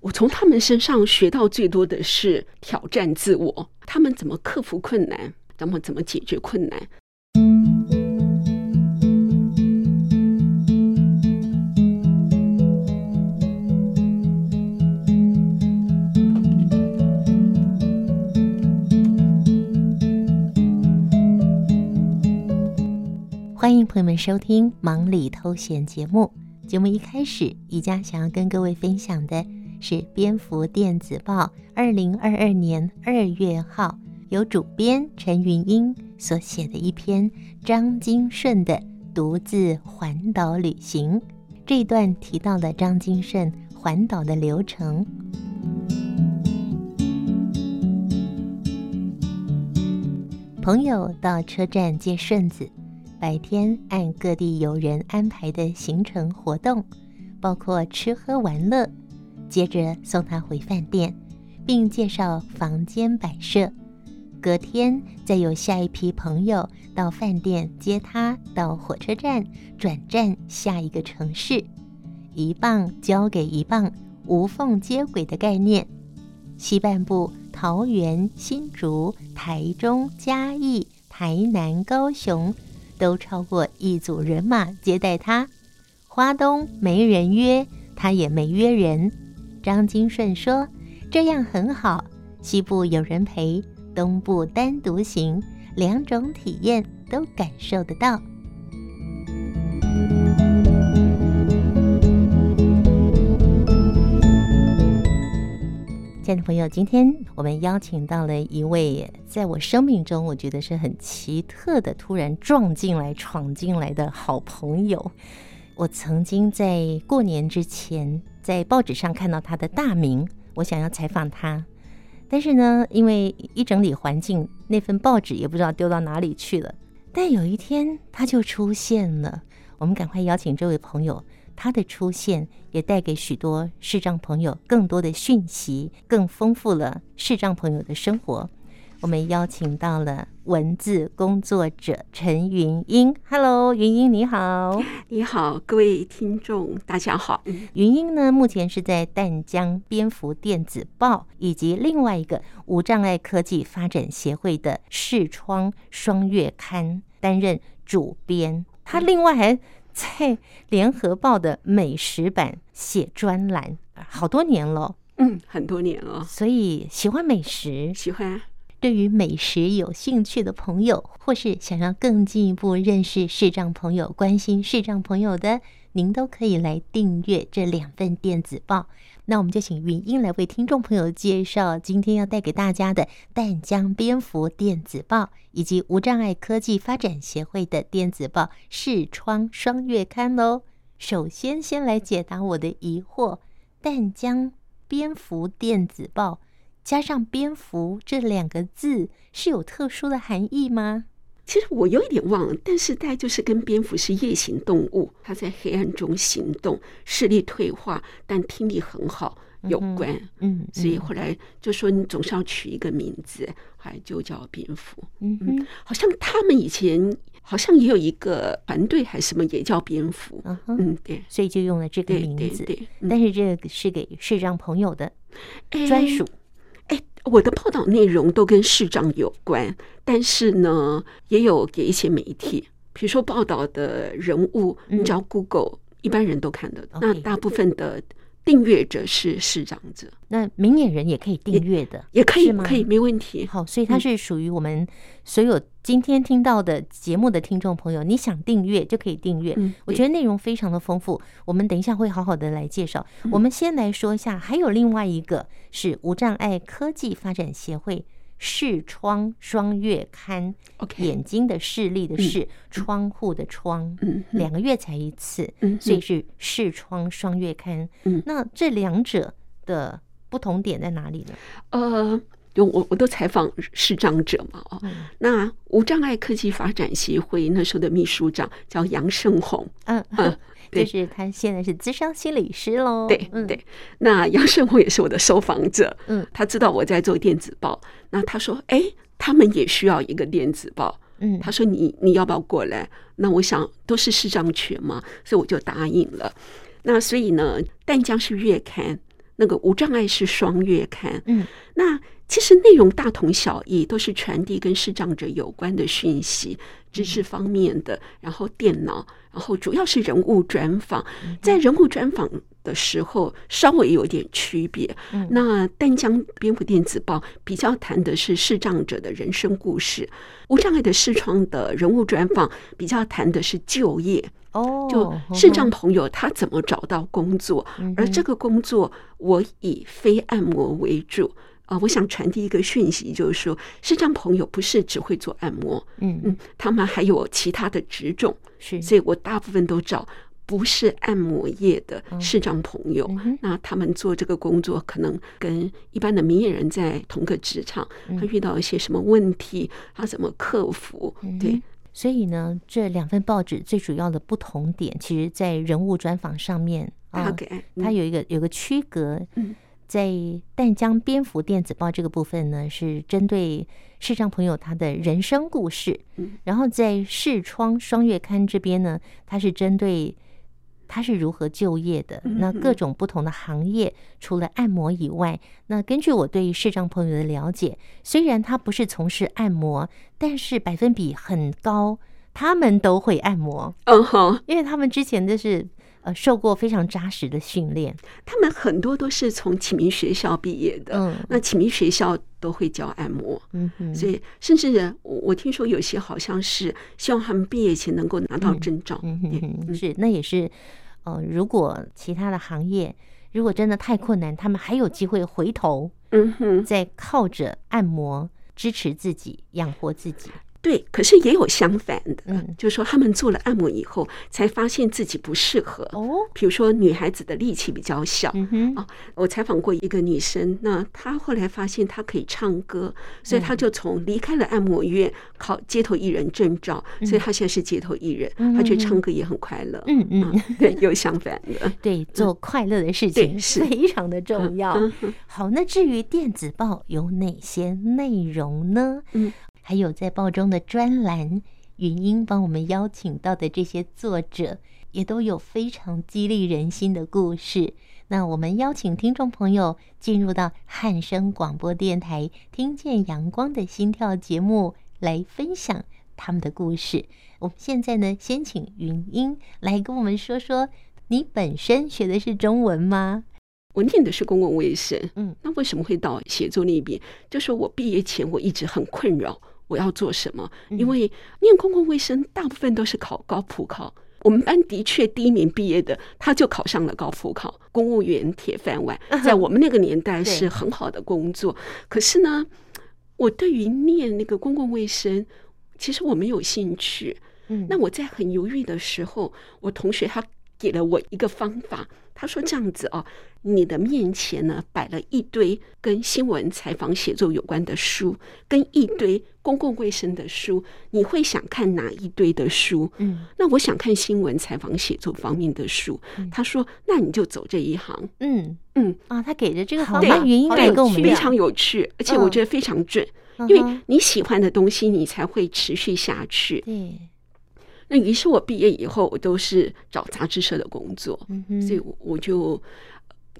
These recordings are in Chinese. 我从他们身上学到最多的是挑战自我，他们怎么克服困难，然后怎么解决困难。欢迎朋友们收听《忙里偷闲》节目。节目一开始，宜家想要跟各位分享的是《蝙蝠电子报》二零二二年二月号由主编陈云英所写的一篇张金顺的独自环岛旅行。这一段提到了张金顺环岛的流程。朋友到车站接顺子。白天按各地友人安排的行程活动，包括吃喝玩乐，接着送他回饭店，并介绍房间摆设。隔天再有下一批朋友到饭店接他，到火车站转站下一个城市。一棒交给一棒，无缝接轨的概念。西半部桃园、新竹、台中、嘉义、台南、高雄。都超过一组人马接待他，花东没人约，他也没约人。张金顺说：“这样很好，西部有人陪，东部单独行，两种体验都感受得到。”亲爱的朋友，今天我们邀请到了一位，在我生命中我觉得是很奇特的，突然撞进来、闯进来的好朋友。我曾经在过年之前在报纸上看到他的大名，我想要采访他，但是呢，因为一整理环境，那份报纸也不知道丢到哪里去了。但有一天他就出现了，我们赶快邀请这位朋友。他的出现也带给许多视障朋友更多的讯息，更丰富了视障朋友的生活。我们邀请到了文字工作者陈云英。Hello，云英你好，你好，各位听众大家好。云英呢，目前是在淡江蝙蝠电子报以及另外一个无障碍科技发展协会的视窗双月刊担任主编，他另外还。在联合报的美食版写专栏，好多年了，嗯，很多年了。所以喜欢美食，喜欢、啊。对于美食有兴趣的朋友，或是想要更进一步认识视障朋友、关心视障朋友的，您都可以来订阅这两份电子报。那我们就请云英来为听众朋友介绍今天要带给大家的淡江蝙蝠电子报，以及无障碍科技发展协会的电子报《视窗双月刊》喽。首先，先来解答我的疑惑：淡江蝙蝠电子报。加上“蝙蝠”这两个字是有特殊的含义吗？其实我有一点忘了，但是大概就是跟蝙蝠是夜行动物，它在黑暗中行动，视力退化，但听力很好有关。嗯,嗯，所以后来就说你总是要取一个名字，后来就叫蝙蝠。嗯嗯，好像他们以前好像也有一个团队还是什么也叫蝙蝠。嗯嗯，对，所以就用了这个名字。对,對，嗯、但是这个是给视障朋友的专属。欸我的报道内容都跟市长有关，但是呢，也有给一些媒体，比如说报道的人物，你只要嗯 Google，一般人都看得到。那大部分的订阅者是市长者，那明眼人也可以订阅的，也嗯可以，可以没问题。好，所以它是属于我们所有今天听到的节目的听众朋友，你想订阅就可以订嗯阅。我觉得内容非常的丰富，我们等一下会好好的来介绍。嗯我们先来说一下，还有另外一个。是无障碍科技发展协会视窗双月刊，OK，眼睛的视力的视，窗户的窗，嗯，两个月才一次，嗯，所以是视窗双月刊。嗯，那这两者的不同点在哪里呢？呃，我我都采访视障者嘛，哦，那无障碍科技发展协会那时候的秘书长叫杨胜宏，嗯嗯。就是他现在是资商心理师嗯喽。对对，那杨胜宏也是我的受访者，嗯，他知道我在做电子报，那他说，哎，他们也需要一个电子报，嗯，他说你你要不要过来？那我想都是市长权嘛，所以我就答应了。那所以呢，淡江是月刊，那个无障碍是双月刊，嗯，那其实内容大同小异，都是传递跟视障者有关的讯息、嗯知识方面的，然后电脑，然后主要是人物专访，嗯在人物专访。的时候稍微有点区别。嗯那丹江蝙蝠电子报比较谈的是视障者的人生故事，无障碍的视窗的人物专访比较谈的是就业，哦，就视障朋友他怎么找到工作，嗯哼，而这个工作我以非按摩为主。啊、我想传递一个讯息，就是说，视障朋友不是只会做按摩，嗯嗯，他们还有其他的职种，是所以我大部分都找不是按摩业的视障朋友。嗯哼那他们做这个工作，可能跟一般的明眼人在同个职场，嗯他遇到一些什么问题，他怎么克服？嗯对哼，所以呢，这两份报纸最主要的不同点，其实在人物专访上面大啊，概它嗯有一个有个区隔嗯。在淡江蝙蝠电子报这个部分呢，是针对视障朋友他的人生故事嗯；然后在视窗双月刊这边呢，它是针对他是如何就业的，嗯那各嗯种不同的行业，除了按摩以外，那根据我对视障朋友的了解，虽然他不是从事按摩，但是百分比很高，他们都会按摩，嗯哼，因为他们之前都是呃受过非常扎实的训练。他们很多都是从启明学校毕业的，嗯那启明学校都会教按摩。嗯哼，所以，甚至我我听说有些好像是希望他们毕业前能够拿到证照。嗯对哼哼，是那也是呃，如果其他的行业如果真的太困难，他们还有机会回头嗯哼，再靠着按摩支持自己，养活自己。对。可是也有相反的，嗯就是说他们做了按摩以后，才发现自己不适合。哦，比如说，女孩子的力气比较小，嗯哼，哦我采访过一个女生，那她后来发现她可以唱歌，所以嗯她就从离开了按摩院考街头艺人证照，所以她现在是街头艺人，嗯她觉得唱歌也很快乐。啊嗯嗯。对，有相反的。对，做快乐的事对情是非常的 重要。啊好，那至于电子报有哪些内容呢？嗯，还有在报中的专栏，云英帮我们邀请到的这些作者，也都有非常激励人心的故事。那我们邀请听众朋友进入到汉声广播电台“听见阳光的心跳”节目来分享他们的故事。我们现在呢，先请云英来跟我们说说，你本身学的是中文吗？我念的是公共卫生，嗯，那为什么会到写作那边？就说我毕业前我一直很困扰，我要做什么？嗯嗯因为念公共卫生大部分都是考高普考。我们班的确第一年毕业的，他就考上了高普考，公务员铁饭碗，在我们那个年代对是很好的工作。可是呢，我对于念那个公共卫生，其实我没有兴趣。嗯那我在很犹豫的时候，我同学他给了我一个方法，他说这样子哦，你的面前呢摆了一堆跟新闻采访写作有关的书，跟一堆公共卫生的书，你会想看哪一堆的书？嗯那我想看新闻采访写作方面的书。他说，那你就走这一行。嗯嗯，啊，他给的这个好方法，呀云英好来有跟我们趣非聊，常有趣，而且我嗯觉得非常准，嗯因为哼你喜欢的东西，你才会持续下去。对，那于是我毕业以后，我都是找杂志社的工作，嗯哼，所以我我就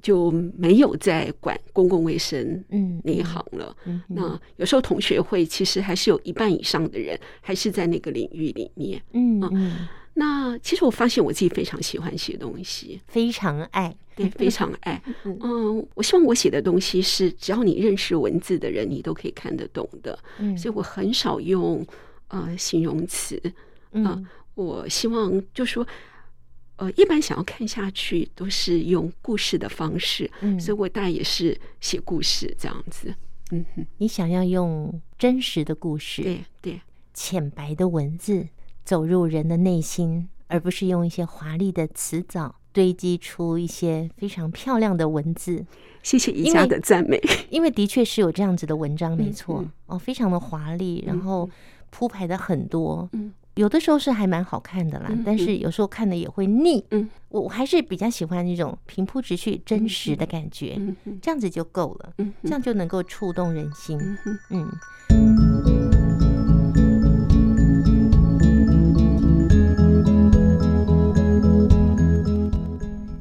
就没有再管公共卫生嗯那一行了。嗯哼那有时候同学会其实还是有一半以上的人还是在那个领域里面。嗯嗯，那其实我发现我自己非常喜欢写东西，非常爱，。对，非常爱嗯嗯，我希望我写的东西是只要你认识文字的人，你都可以看得懂的。嗯所以我很少用呃形容词，嗯我希望就说，呃，一般想要看下去都是用故事的方式，嗯，所以我大概也是写故事这样子。嗯哼，你想要用真实的故事、对对，浅白的文字走入人的内心，而不是用一些华丽的词藻堆积出一些非常漂亮的文字。谢谢宜因家为的赞美。因为的确是有这样子的文章，没错、嗯哦，非常的华丽，然后铺排的很多，嗯有的时候是还蛮好看的啦，嗯但是有时候看的也会腻，嗯，我我还是比较喜欢那种平铺直叙、真实的感觉，嗯哼，这样子就够了，嗯这哼，样就能够触动人心，嗯哼，嗯。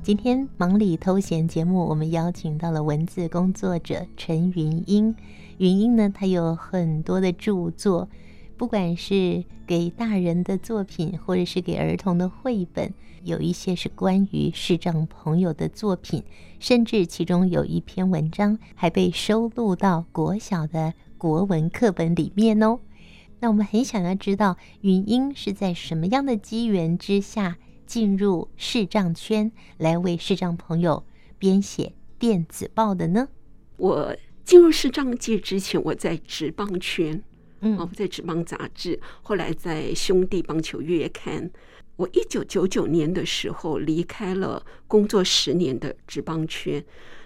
今天忙里偷闲节目，我们邀请到了文字工作者陈云英。云英呢，她有很多的著作，不管是给大人的作品，或者是给儿童的绘本，有一些是关于视障朋友的作品，甚至其中有一篇文章还被收录到国小的国文课本里面哦。那我们很想要知道，云英是在什么样的机缘之下？进入视障圈来为视障朋友编写电子报的呢？我进入视障界之前，我在职棒圈，嗯，哦，在职棒杂志，后来在兄弟棒球月刊。我一九九九年的时候离开了工作十年的职棒圈，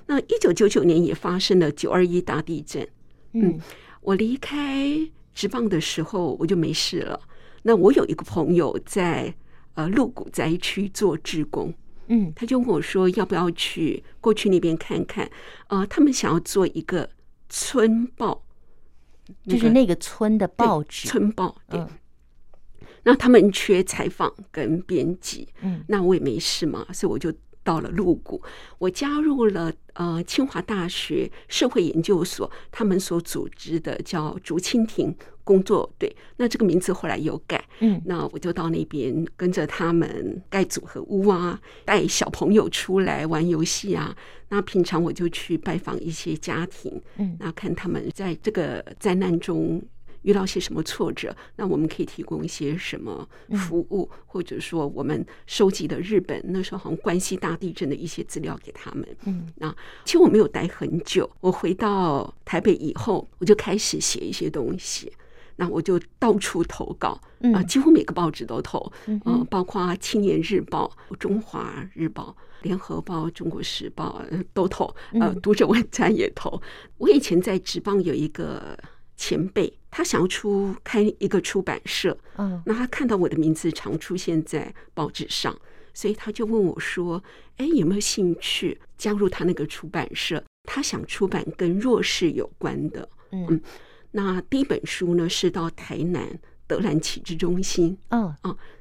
那一九九九年也发生了九二一大地震，嗯，我离开职棒的时候我就没事了。那我有一个朋友在。呃，鹿谷宅区做志工，嗯他就问我说要不要去过去那边看看？呃，他们想要做一个村报，就是个那个村的报对纸，村报。对，嗯那他们缺采访跟编辑，嗯那我也没事嘛，所以我就到了鹿谷，我加入了呃清华大学社会研究所他们所组织的叫竹蜻蜓工作队，那这个名字后来有改。嗯那我就到那边跟着他们盖组合屋啊，带小朋友出来玩游戏啊。那平常我就去拜访一些家庭，嗯那看他们在这个灾难中遇到些什么挫折，那我们可以提供一些什么服务，或者说我们收集的日本那时候好像关西大地震的一些资料给他们。嗯其实我没有待很久，我回到台北以后，我就开始写一些东西。那我就到处投稿啊、嗯几乎每个报纸都投，嗯呃哼，包括《青年日报》《中华日报》《联合报》《中国时报》呃都投，呃，嗯读者网站也投。我以前在职棒有一个前辈，他想要出开一个出版社，嗯那他看到我的名字常出现在报纸上，所以他就问我说：“哎，有没有兴趣加入他那个出版社？他想出版跟弱势有关的。嗯那第一本书呢是到台南德兰启智中心哦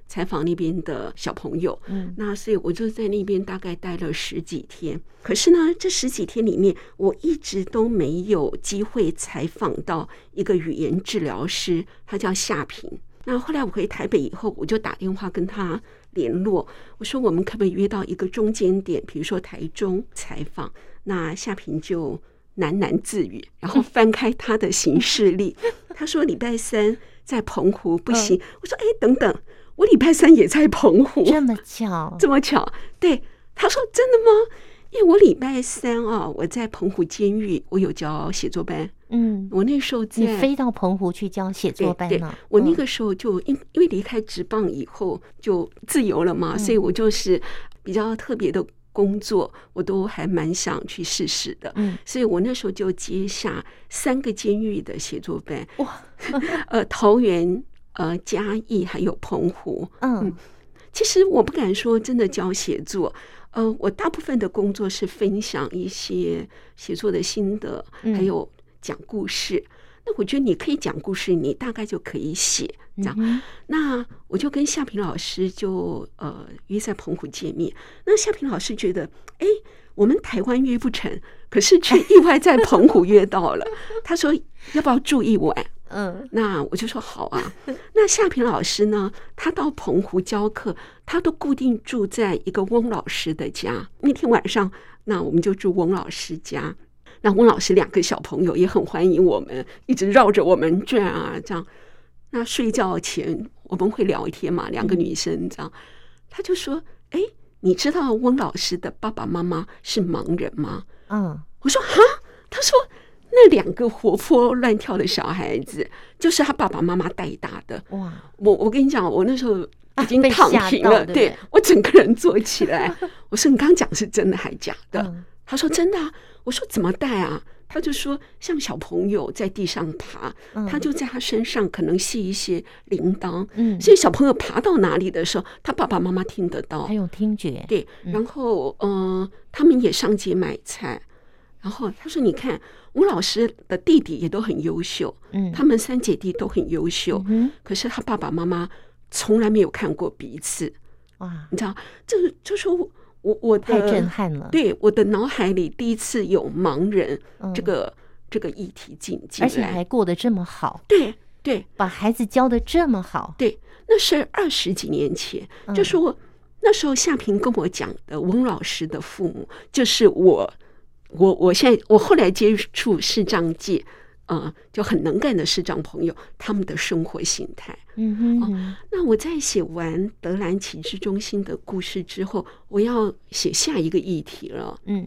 采访那边的小朋友。嗯那所以我就在那边大概待了十几天。可是呢，这十几天里面，我一直都没有机会采访到一个语言治疗师，他叫夏平。那后来我回台北以后，我就打电话跟他联络，我说我们可不可以约到一个中间点，比如说台中采访？那夏平就喃喃自语，然后翻开他的行事历，他说礼拜三在澎湖不行。我说哎，等等，我礼拜三也在澎湖。这么巧，这么巧？对，他说真的吗？因为我礼拜三啊，我在澎湖监狱，我有教写作班。嗯，我那时候在你飞到澎湖去教写作班对对呢？我那嗯个时候就因因为离开职棒以后就自由了嗯嘛，所以我就是比较特别的工作，我都还蛮想去试试的。嗯所以我那时候就接下三个监狱的写作班，哇呃，桃园、呃嘉义还有澎湖。嗯其实我不敢说真的教写作，呃，我大部分的工作是分享一些写作的心得，嗯还有讲故事。那我觉得你可以讲故事，你大概就可以写这样。嗯那我就跟夏平老师就呃约在澎湖见面。那夏平老师觉得，哎，我们台湾约不成，可是却意外在澎湖约到了。他说要不要住一晚？嗯那我就说好啊。 那夏平老师呢，他到澎湖教课，他都固定住在一个翁老师的家。那天晚上，那我们就住翁老师家。那翁老师两个小朋友也很欢迎我们，一直绕着我们转啊，这样。那睡觉前我们会聊天嘛，两个女生这样。他就说：“哎，你知道翁老师的爸爸妈妈是盲人吗？”嗯我说哈，他说那两个活泼乱跳的小孩子，就是他爸爸妈妈带大的。哇我我跟你讲，我那时候已经啊被躺吓平到了，对不对我整个人坐起 来。我说你刚刚讲是真的还假的？嗯他说真的啊。我说怎么带啊？他就说像小朋友在地上爬，嗯他就在他身上可能系一些铃铛，嗯，所以小朋友爬到哪里的时候，他爸爸妈妈听得到还。有听觉，对，然后嗯、呃他们也上街买菜。然后他说：“你看，吴老师的弟弟也都很优秀，嗯，他们三姐弟都很优秀嗯，哼可是他爸爸妈妈从来没有看过彼此，哇你知道？这就说我我太的震撼了。对我的脑海里第一次有盲人嗯这个、这个议题进进而且来，还过得这么好，对对把孩子教得这么好，对，那是二十几年前，嗯就是我那时候夏萍跟我讲的，翁老师的父母就是我，我我现在我后来接触视障界，呃，就很能干的视障朋友，他们的生活形态。嗯哼哼，那我在写完德兰启智中心的故事之后，我要写下一个议题了。嗯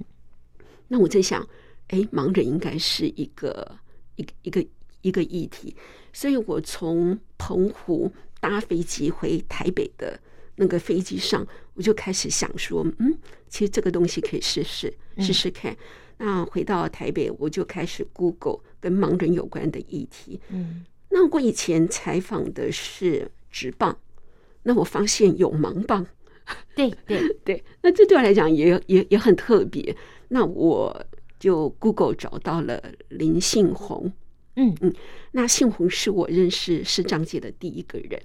那我在想，哎，盲人应该是一个一个一个一个议题，所以我从澎湖搭飞机回台北的那个飞机上，我就开始想说，嗯，其实这个东西可以试试嗯试试看。那回到台北，我就开始 Google 跟盲人有关的议题，嗯那我以前采访的是直棒，那我发现有盲棒，对 对，对，那这对我来讲也也也很特别。那我就 Google 找到了林信宏，嗯那信宏是我认识视障界的第一个人，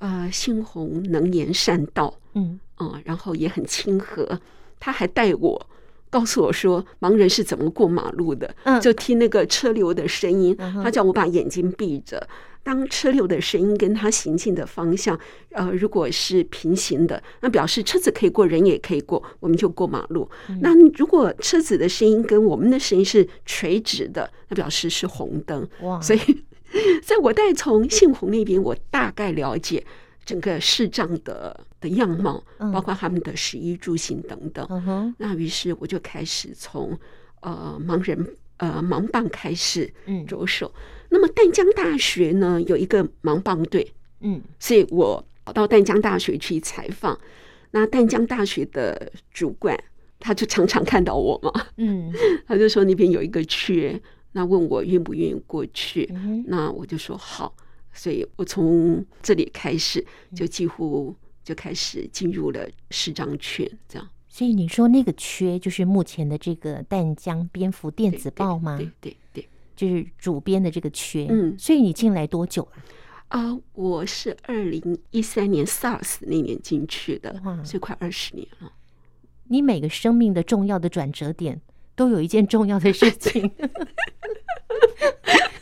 呃，信宏能言善道，嗯啊、然后也很亲和，他还带我。告诉我说盲人是怎么过马路的，嗯就听那个车流的声音，嗯哼他叫我把眼睛闭着。当车流的声音跟他行进的方向，呃，如果是平行的，那表示车子可以过，人也可以过，我们就过马路。嗯那如果车子的声音跟我们的声音是垂直的，那表示是红灯。哇，所以， 所以我带从信鸿那边，我大概了解整个视障的的样貌，嗯包括他们的食衣住行等等。嗯哼，那于是我就开始从呃盲人呃盲棒开始嗯着手。那么淡江大学呢有一个盲棒队， 嗯所以我跑到淡江大学去采访。那淡江大学的主管他就常常看到我嘛， 嗯他就说那边有一个缺，那问我愿不愿意过去。嗯哼那我就说好，所以我从这里开始就几乎就开始进入了视障圈，这样所以你说那个缺就是目前的这个淡江蝙蝠电对子对报吗？对对对，就是主编的这个缺，嗯所以你进来多久了？啊、我是二零一三年 SARS 那年进去的哇，所以快二十年了。你每个生命的重要的转折点，都有一件重要的事 情。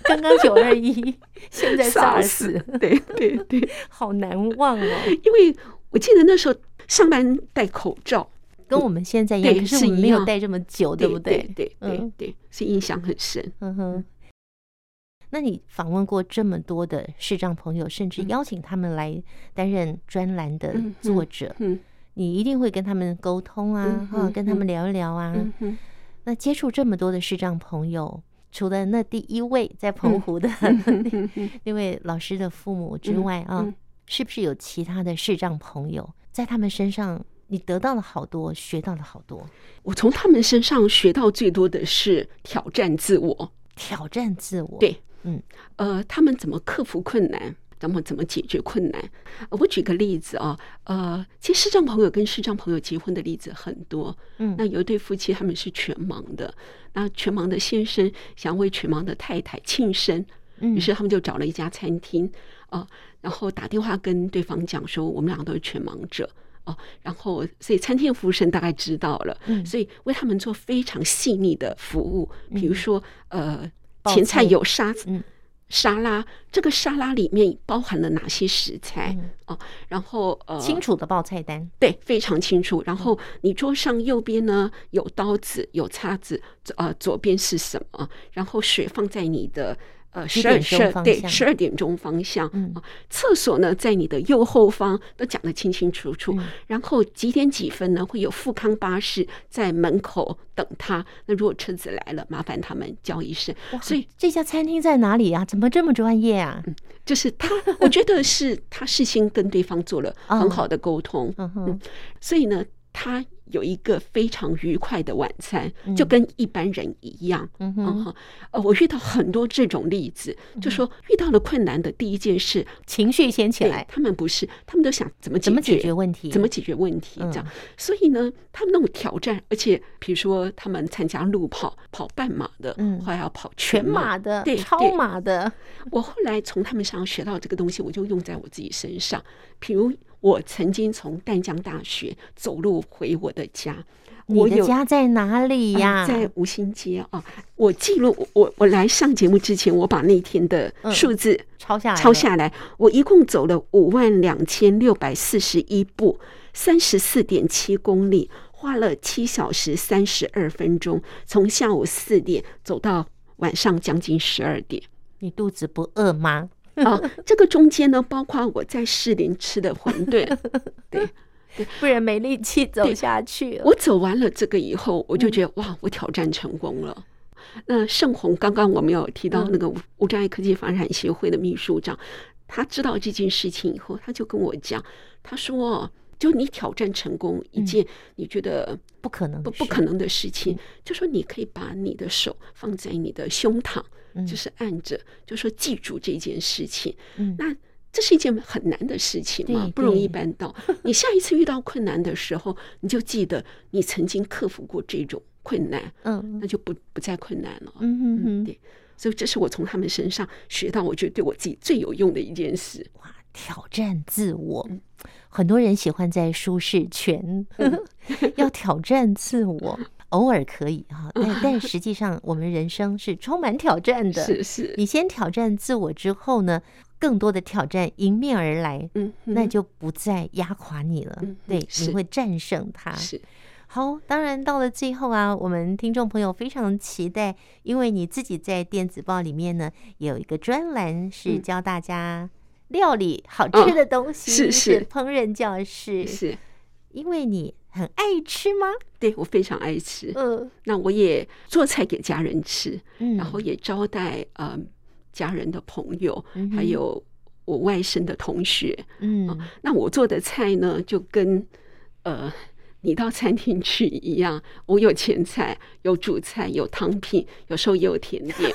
刚刚九 二一，现在 SARS，对对对，好难 忘哦，因为我记得那时候上班戴口罩，跟我们现在一样，对可是是我们一没有样待这么久，对不对？对对嗯对，所以印象很深。嗯哼。那你访问过这么多的视障朋友，甚至嗯邀请他们来担任专栏的嗯哼作者，嗯你一定会跟他们沟通啊嗯，哈、嗯跟他们聊一聊啊。嗯嗯那接触这么多的视障朋友，除了那第一位在澎湖的嗯嗯 那位老师的父母之外啊，嗯是不是有其他的视障朋友在他们身上，你得到了好多，学到了好多，我从他们身上学到最多的是挑战自我，挑战自我？对嗯呃，他们怎么克服困难，怎么怎么解决困难。呃我举个例子啊，呃，其实视障朋友跟视障朋友结婚的例子很多。嗯那有一对夫妻他们是全盲的，那全盲的先生想为全盲的太太庆生，嗯于是他们就找了一家餐厅啊、呃然后打电话跟对方讲说我们两个都是全盲者哦、然后所以餐厅的服务生大概知道了，嗯所以为他们做非常细腻的服务，比如说呃包前菜嗯菜有沙子嗯沙拉，这个沙拉里面包含了哪些食材嗯哦、然后呃清楚的报菜单，对，非常清楚。然嗯后你桌上右边呢有刀子、有叉子，呃，左边是什么？然后水放在你的呃几十二点十二钟方对向十二点钟方向、嗯啊厕所呢在你的右后方，都讲得清清楚楚。嗯然后几点几分呢会有富康巴士在门口等他？那如果车子来了，麻烦他们叫一声。哇所以嗯这家餐厅在哪里啊？怎么这么专业啊？就是他，我觉得是他事先跟对方做 了哦很好的沟通。嗯哼，所以呢，他有一个非常愉快的晚餐嗯，就跟一般人一样。嗯嗯哼，哼，呃，我遇到很多这种例子，就说遇到了困难的第一件事，情绪先起对来，他们不是，他们都想怎么怎么解解决问题？怎么解决问题嗯这样。所以呢，他们那种挑战，而且比如说他们参加路跑，跑半马的，嗯后来要跑全全马的对、超对马的，我后来从他们身上学到这个东西，我就用在我自己身上。比如我曾经从淡江大学走路回我的家。你我的有家在哪里呀、啊在吴兴街啊。我记录我我来上节目之前，我把那天的嗯哎数字抄下来了，抄下来，我一共走了五万两千六百四十一步，三十四点七公里，花了七小时三十二分钟，从下午四点走到晚上将近十二点。你肚子不饿吗？ 啊，这个中间呢，包括我在士林吃的馄饨，不然没力气走对下去了。我走完了这个以后，我就觉得哇，我挑战成功了。那盛虹刚刚我们有提到嗯那个无无障碍科技发展协会的秘书长，他知道这件事情以后，他就跟我讲，他说。就你挑战成功一件你觉得不可能不的不事可能的事情，就说你可以把你的手放在你的胸膛，嗯就是按着，就说记住这件事情。嗯那这是一件很难的事情嘛对，不容易对办到。你下一次遇到困难的时候，你就记得你曾经克服过这种困难，嗯那就不不再困难了。嗯哼哼，对。所以这是我从他们身上学到，我觉得对我自己最有用的一件事。哇，挑战自我。嗯很多人喜欢在舒适 圈，要挑战自我，偶尔可以哈， 但但实际上我们人生是充满挑战的。是是，你先挑战自我之后呢，更多的挑战迎面而来，嗯哼，那就不再压垮你了。嗯对，你是会战胜它。是好，当然到了最后啊，我们听众朋友非常期待，因为你自己在电子报里面呢有一个专栏是嗯教大家料理好吃的东西，是是烹饪教室，是，因为你很爱吃吗？对我非常爱吃。嗯那我也做菜给家人吃，嗯，然后也招待呃家人的朋友，嗯哼还有我外甥的同学，嗯那我做的菜呢，就跟呃你到餐厅去一样，我有前菜，有主菜，有汤品，有时候也有甜 点，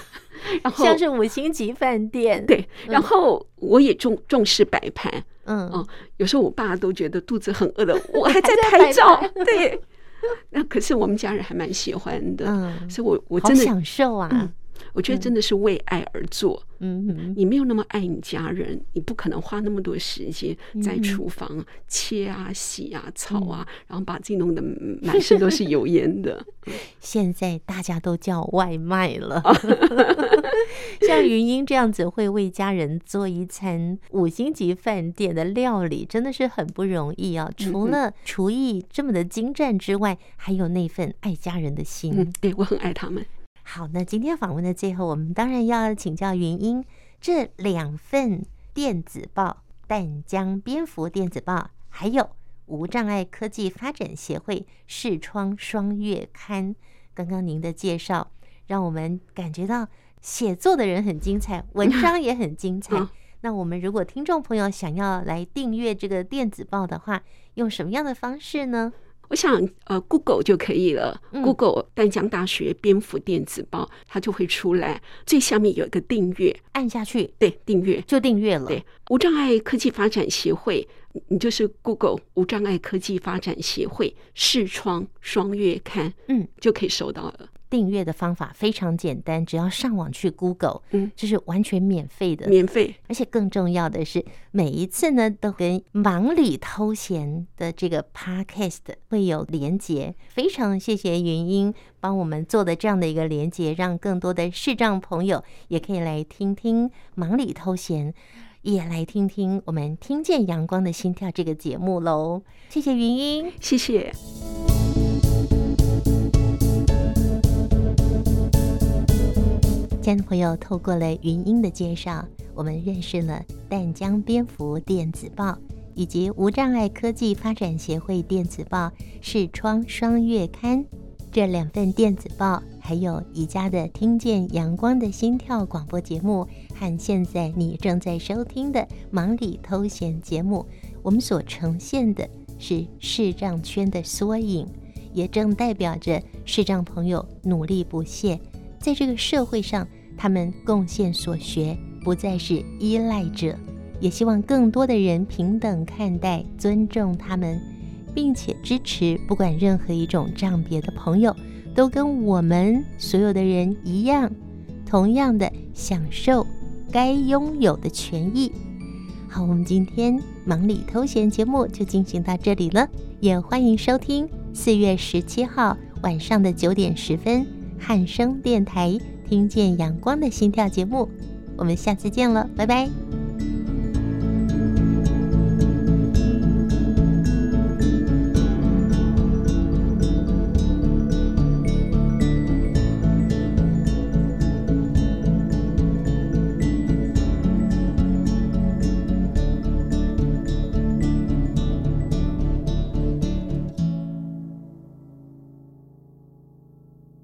然后像是嗯五星级饭店，，对，然后我也重重视摆盘。嗯哦有时候我爸都觉得肚子很饿了，我 还在在摆拍照盘，对。那可是我们家人还蛮喜欢的，嗯，所以我我好真的享受啊嗯，我觉得真的是为爱而做。嗯哼，你没有那么爱你家人，你不可能花那么多时间嗯在厨房切啊、洗啊、炒啊，然后把自己弄得满身都是油烟 的。现在大家都叫外卖了， 像云英这样子会为家人做一餐五星级饭店的料理，真的是很不容易啊！除了厨艺这么的精湛之外，还有那份爱家人的心。嗯，对我很爱他们。好，那今天访问的最后，我们当然要请教云英这两份电子报——淡江蝙蝠电子报，还有无障碍科技发展协会视窗双月刊。刚刚您的介绍，让我们感觉到写作的人很精彩，文章也很精彩好。那我们如果听众朋友想要来订阅这个电子报的话，用什么样的方式呢？我想，呃，Google 就可以了。嗯 Google 淡江大学蝙蝠电子报，它就会出来。最下面有一个订阅，按下去对，订阅。就订阅了。对，无障碍科技发展协会，你你就是 Google 无障碍科技发展协会视窗双月刊，嗯，就可以收到了。订阅的方法非常简单，只要上网去 Google，嗯这是完全免费的。免费，而且更重要的是，每一次呢都跟忙里偷闲的这个 podcast 会有连结。非常谢谢云英帮我们做的这样的一个连结，让更多的视障朋友也可以来听听忙里偷闲。也来听听我们听见阳光的心跳这个节目喽，谢谢云英。谢谢。亲爱的朋友，透过了云英的介绍，我们认识了淡江蝙蝠电子报以及无障碍科技发展协会电子报视窗双月刊这两份电子报，还有宜家的《听见阳光的心跳》广播节目和现在你正在收听的《忙里偷闲》节目，我们所呈现的是视障圈的缩影，也正代表着视障朋友努力不懈。在这个社会上，他们贡献所学，不再是依赖者，也希望更多的人平等看待、尊重他们，并且支持不管任何一种障别的朋友，都跟我们所有的人一样，同样的享受该拥有的权益。好，我们今天忙里偷闲节目就进行到这里了，也欢迎收听四月十七号晚上的九点十分汉声电台《听见阳光的心跳》节目，我们下次见了，拜拜。